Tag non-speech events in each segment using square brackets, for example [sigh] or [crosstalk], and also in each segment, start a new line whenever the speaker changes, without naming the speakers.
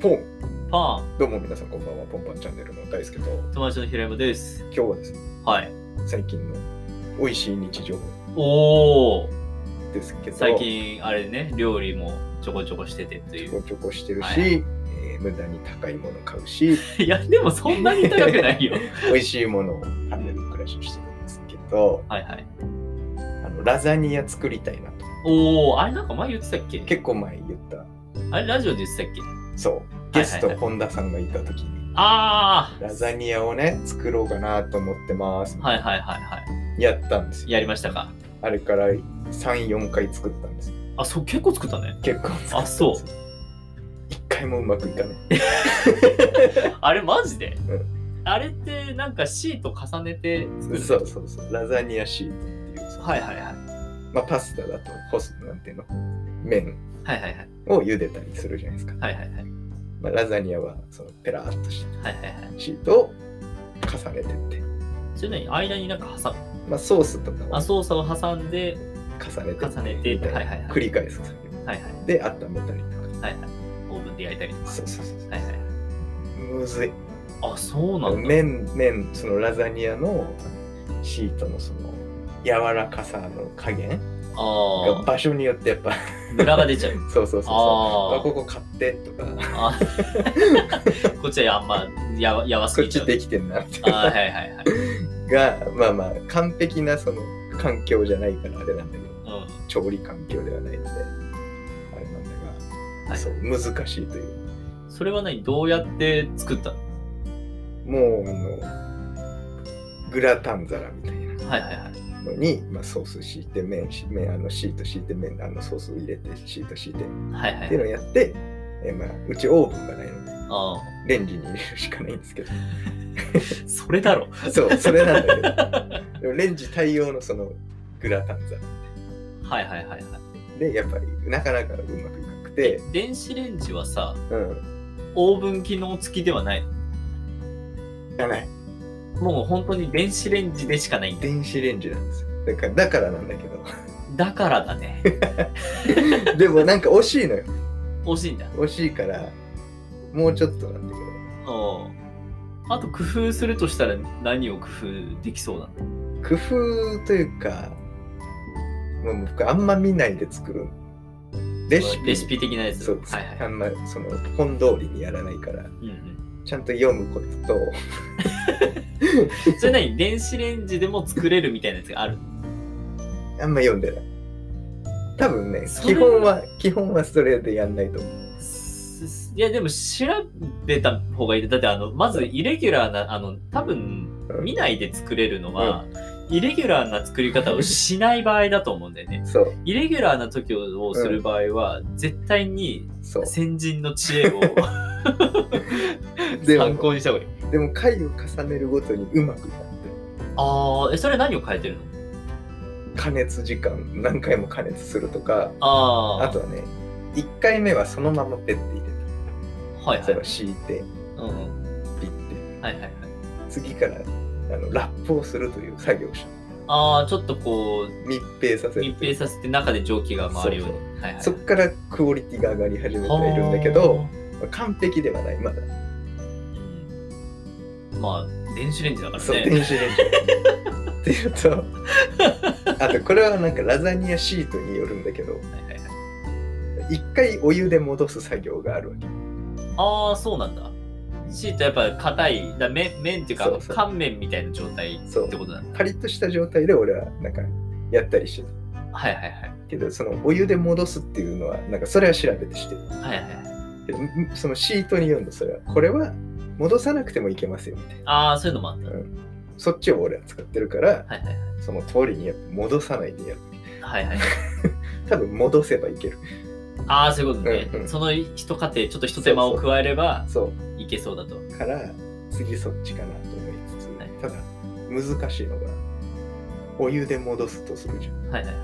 ポン
パン、
どうも皆さんこんばんはポンパンチャンネルの大輔と
友達の平山です。
今日はですね
はい。
最近の美味しい日常
おお、
ですけど
最近あれね、料理もちょこちょこしててとい
ちょ
う。
こちょこしてるし、
はい
えー無駄に高いもの買うし
[laughs] いや、でもそんなに高くないよ。 [laughs]
[laughs] 美味しいものを食べる暮らしをしてるんですけど
はいはい。
あのラザニア作りたいなと
おお、あれなんか前言ってたっけ
結構前言った
あれラジオで言ってたっけ
そう
はいは
ゲ
い
スト本田さんがいた時に、
あ
ラザニアをね作ろうかなと思ってます、
あ、はいはいはいは
やったんですよ
い。やりましたか。
あれから34回作ったんですよ
あ、そう、結構作ったね。
結構作ったん
あ
です
そう
一回もうまくいかない
あれマジで、
う
あれってなんかシート重ねて作る。
そうそうそう、ラザニアシートっていう、
はいはいはい。
まあ、パスタだと干す、なんていうの、麺
はいはいはい。
を茹でたりするじゃないですか。
はいはいはい。
まあ、ラザニアはそのペラーっとし
はいはいはい。
たシートを重ねてって、
それなに間になんか挟む。
まあ、ソースとかを
あ、操作を挟んで、
重ねて
重ねて
みたいな
はいはいはい
繰り返す作業
はいはい。
で温めたりとか。
はいはい。オーブンで焼いたりとか。
そうそうそう。
はいはい。
むずい。
あ、そうなんだ。
麺、麺、そのラザニアのシートのその柔らかさの加減が
ああ。
場所によってやっぱ、 [laughs]
ムラが出ちゃう。
そうそうそうそう。
あ
あここ買ってとか、
あ。あ [laughs] こっちはあんまやわやばす
こっ
ぎち
ち [laughs]
ゃう。
できてんな
あはいはいはい。
がまあまあ完璧なその環境じゃないからあれなんだけど
う
調理環境ではないのであれなんだが、
はい。
そう難しいというん
それは何どうやって作ったの
もうあのグラタン皿みたいな
はいはいはい。
のに、まあ、ソース敷いて麺し麺あのシート敷いて麺あのソースを入れてシート敷いてっ
はいは
てい
い
の
うは
を
い。
やって、えまあ、うちオーブンがないので
あ
レンジに入れるしかないんですけど
ーそれだろ。
そうそれなんだ
[laughs]
けどでもレンジ対応のそのグラタン皿
はいはいはいはい。
でやっぱりなかなかうまくいかなくて、
電子レンジはさ、
うん、
オーブン機能付きではない。
いかない
もう本当に電子レンジでしかないんだ。
電子レンジなんですよだからだからなんだけ
だからだね。
ど [laughs] でもなんか惜しいのよ
惜しいんだ。
惜しいからもうちょっとなんだけど
おあと工夫するとしたら何を工夫できそうなの
工夫というかもう僕あんま見ないで作るレシピ
レシピ的なやつ。
そう、
はいはい
あ。んまその本通りにやらないから
うんうん、
ちゃんと読むことと
それ何電子レンジでも作れるみたいなやつがある
あんま読んでない多分ね
それ
基本は基本はそれでやんないと思う
すすいやでも調べた方がいいだってあのまずイレギュラーなあの多分
うん
見ないで作れるのは、イレギュラーな作り方をしない場合だと思うんだよね
そう
イレギュラーな時をする場合は、絶対に
そう
先人の知恵を
で
参
も
考にした方がいい
でも回を重ねるごとにうまくいかない
あーえそれ何を変えてるの
加熱時間何回も加熱するとか
あー
あとはね1回目はそのままペッて入れ
はい
た
は
そ
い
れを敷いて
うんうん
ピッて
はいはいはい
次からあのラップをするという作業をした
ああちょっとこう
密閉させる
密閉させて中で蒸気が回るように
そう
はいはい
そこからクオリティが上がり始めてはいるんだけど、まあ完璧ではないまだ
うんまあ電子レンジだから
そう
ね
電子レンジっていうとあとこれはなんかラザニアシートによるんだけど
はいはいはい
1回お湯で戻す作業があるわけ
ああそうなんだシートやっぱ硬いだ麺麺っていうか
そうそう
乾麺みたいな状態って
そう
ことなんだ
パリッとした状態で俺はなんかやったりしてた
はいはいはい
けどそのお湯で戻すっていうのはなんかそれは調べてしてる
はいはいはい
けどんそのシートによるのそれはこれは戻さなくてもいけますよみたいな
ああそういうのもあった
そっちを俺は使ってるから
はいはい
その通りにやっぱ戻さないでやる
はいはいはい
多分戻せばいける
ああそういうことね、
うんうん
その一過程ちょっと一手間を加えれば
そ
いけそうだと
うから次そっちかなと思いつつ、
はい
ただ難しいのがお湯で戻すとするじゃん
はいはいはい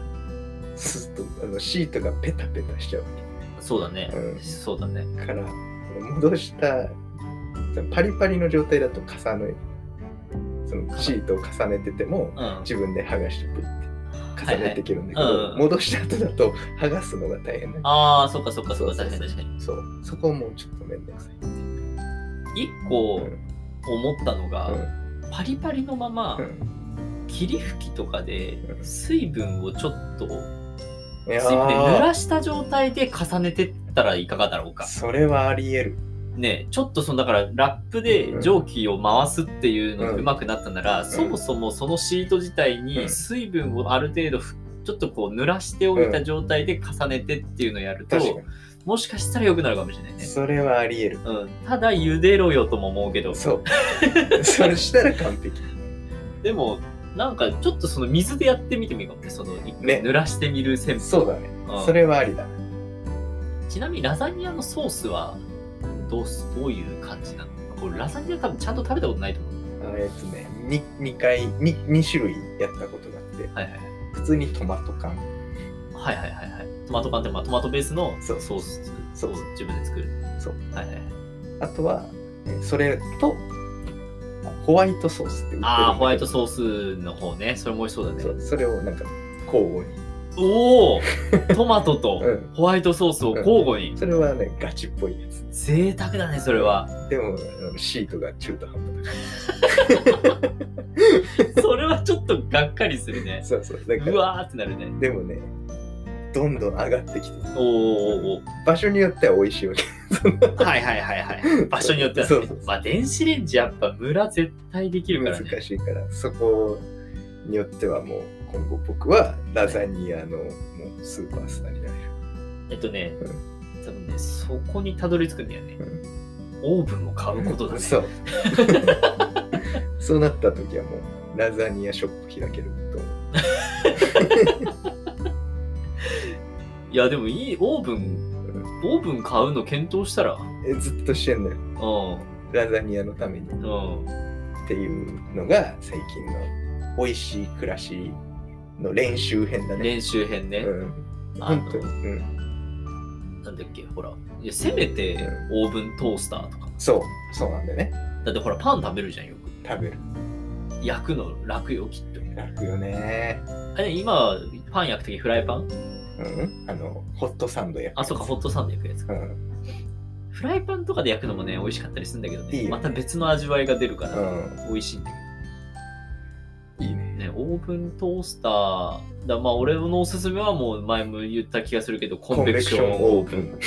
すっとあのシートがペタペタしちゃうわ
そうだね、
うん
そうだね
けから戻したそのパリパリの状態だと重ねそのシートを重ねてても
うん
自分で剥がしてプリって重ねて切るんだけど、
はいはいうんうん
戻した後だと剥がすのが大変ね
ああ、そっかそっかそっか、
そう
確
そ
か
う
に
そう
確か
そ
に。
うそこもちょっと面倒くさい、
一個
うん
思ったのが、
うん
パリパリのまま、
うん
霧吹きとかで
うん
水分をちょっと、
いや
水分で濡
ー
らした状態で重ねてったらいかがだろうか。
それはあり得る
ね、ちょっとそのだからラップで蒸気を回すっていうのが
うん
うまくなったなら、そもそもそのシート自体
う
に
ん
水分をある程度ふちょっとこう濡らしておいた状態で重ねてっていうのをやると、
確か
もしかしたら良くなるかもしれない
に
ね。
それはあり得る
うん、ただ茹でろよとも思うけど
そうそれしたら完璧
でもなんかちょっとその水でやってみてもいいかもねその一回
ね
濡らしてみる戦法、
そうだね
うん
それはありだ
ちなみにラザニアのソースはどうすどういう感じなのこれラザニア多分ちゃんと食べたことないと思う
あえっとね 2, 二回 2, 二種類やったことがあって
はいはいはい
普通にトマト缶
はいはいはいはい。トマト缶って、まあ、トマトベースのソ
そう
ース
そう
を自分で作る。
そう
はいはいはい。
あとはえそれとあホワイトソースって売ってるんだけど
ああ、ホワイトソースの方ね。それも美味しそうだ
そ
ね。
うそれをなんか交互に
おおトマト
[laughs]
と
うん
ホワイトソースを交互に。
それはねガチっぽいやつ
贅沢だね、それは。
でもあのシートが中途半端だか
それはちょっとがっかりする
[laughs] ら
ね。
そうそうだか
う
ら
わーってなるね。
でもねどんどん上がってきて
おーおー
場所によっては美味しいわけ
おーはいはいはいはい。 [laughs] 場所によっては、ね
そうそうそう
まあ、電子レンジやっぱムラ絶対できるからね。
難しいからそこによってはもう今後僕はラザニアのもうスーパースターになれる
えっとね
う、
多分ね、そこにたどり着くんだよね
う。
オーブンを買うことだね。
そう [laughs] そうなった時はもうラザニアショップ開けると思う
いやでもいいオーブンオーブン買うの検討したら
えずっとしてんのよ
うん
ラザニアのためにっ
うん
ていうのが最近の美味しい暮らしの練習編だね
練習編ね、
うん
あ
本
の
当に、うん、
なんだっけほらいやせめてオーブントースターとか
そうそうなんだよね
だってほらパン食べるじゃんよく
食べる
焼くの楽よきっと
楽よね
あれ今パン焼くときフライパン
うんあのホットサンドや
あそうかホットサンド焼くやつ
う
か
ん
フライパンとかで焼くのもね美味しかったりするんだけどね
いいよね
また別の味わいが出るか
う
ら
ん
美味しいんだけ
いいね。
どねオーブントースターだまあ俺のおすすめはもう前も言った気がするけどコンベクションオーブン
ン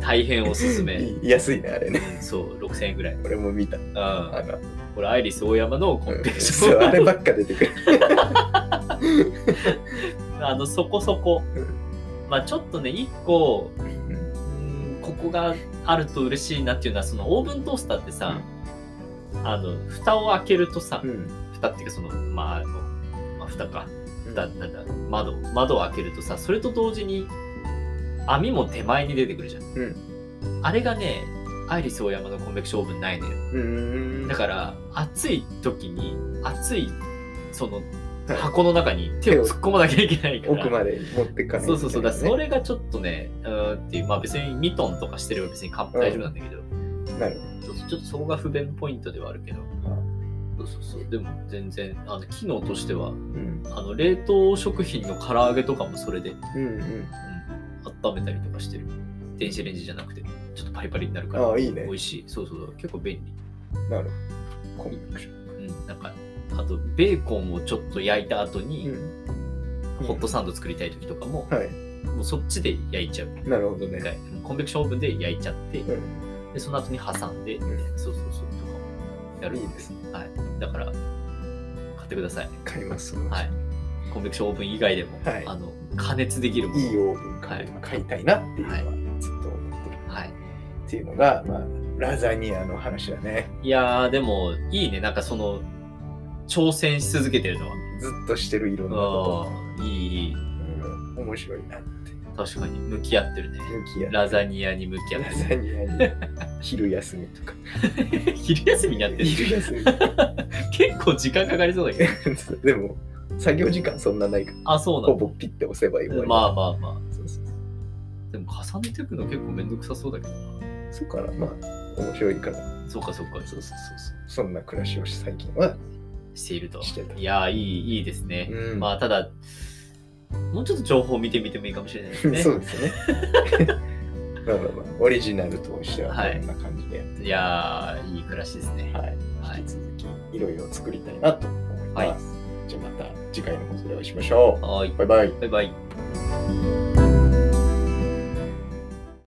大変おすすめ
いい安いね、あれね。
そう、6000円ぐらい。
俺も見た。
うん。
あの、
これ、アイリス大山のコンペ
う
テ
ん
ンシ
そう
ョ
あ
ン。
ればっか出てくる。
あの、そこそこ
う。
まあ、ちょっとね、一個、うんここがあると嬉しいなっていうのは、そのオーブントースターってさ、あの、蓋を開けるとさ
う、ん。
蓋っていうか、その、まあ、あの、まあ、蓋か。
だ
蓋、なんだ、窓、窓を開けるとさ、それと同時に、網も手前に出てくるじゃん。
うん
あれがね、アイリス大山のコンベクションオーブンないのよ。
うん。
だ
か
から暑い時に暑いその
はい
箱の中に手を突っ込まなきゃいけないから
奥まで持ってかない
そうそうそうだからそ
れ。
れがちょっとねうーんっていうまあ別にミトンとかしてれば別に完璧大丈夫なんだけど、
なる
そうそうちょっとそこが不便ポイントではあるけど、そうそうそうでも全然あの機能としては
うん。
あの冷凍食品の唐揚げとかもそれで、うん、
うんうん。
温めたりとかしてる電子レンジじゃなくてちょっとパリパリになるから
ああ、いいね
美。味しいそうそうそう結構便利
なるほど。コンベクション。
うん、なんかあとベーコンをちょっと焼いた後に、ホットサンド作りたい時とかも、
はい。
もうそっちで焼いちゃう
なるほど
一
ね。
回コンベクションオーブンで焼いちゃって
うん。
でその後に挟んで、
う
そうそうそうとかもやる
いい
ん
で
です
す
はい、だから買ってください
買います。
はいコンベクションオーブン以外でも、
はい
あの加熱できるもの
いいオーブン買い買いたいなっていうのはずっと思ってる。
はい、
っていうのが、まあ、ラザニアの話だね。
いやーでもいいねなんかその挑戦し続けてるの
ずっとしてるいろんなこ
はあーいいいい
と。うん面白いなって。
確かに向き合ってるね
向き合って
ラザニアに向き合って
ラ
る
ザニアに昼休みとか。
昼休みにやってる
昼休み。
結構時間かかりそうだけど
でも、作業時間そんなないから、
あそうな
ほ
んだ
ぼピッて押せばいいわ
まあまあま
そうそうそう
あでも重ねていくの結構めんどくさそうだけどな
そうから、まあ、面白いから、
そうかそうか
そうそうそうそう。そんな暮らしを最近は
していると
してた
いやーいいいいですね、
うん
まあただもうちょっと情報を見てみてもいいかもしれないです
[laughs] [laughs]
ね
そうですね。まあまあまあ、オリジナルとしては
はい
こんな感じでやって、
いやーいい暮らしですね
はい
はい
引き続きいろいろ作りたいなと思います。じゃあまた次回の放送でお会いしましょ。
はいう
バイバイ。
バイバイ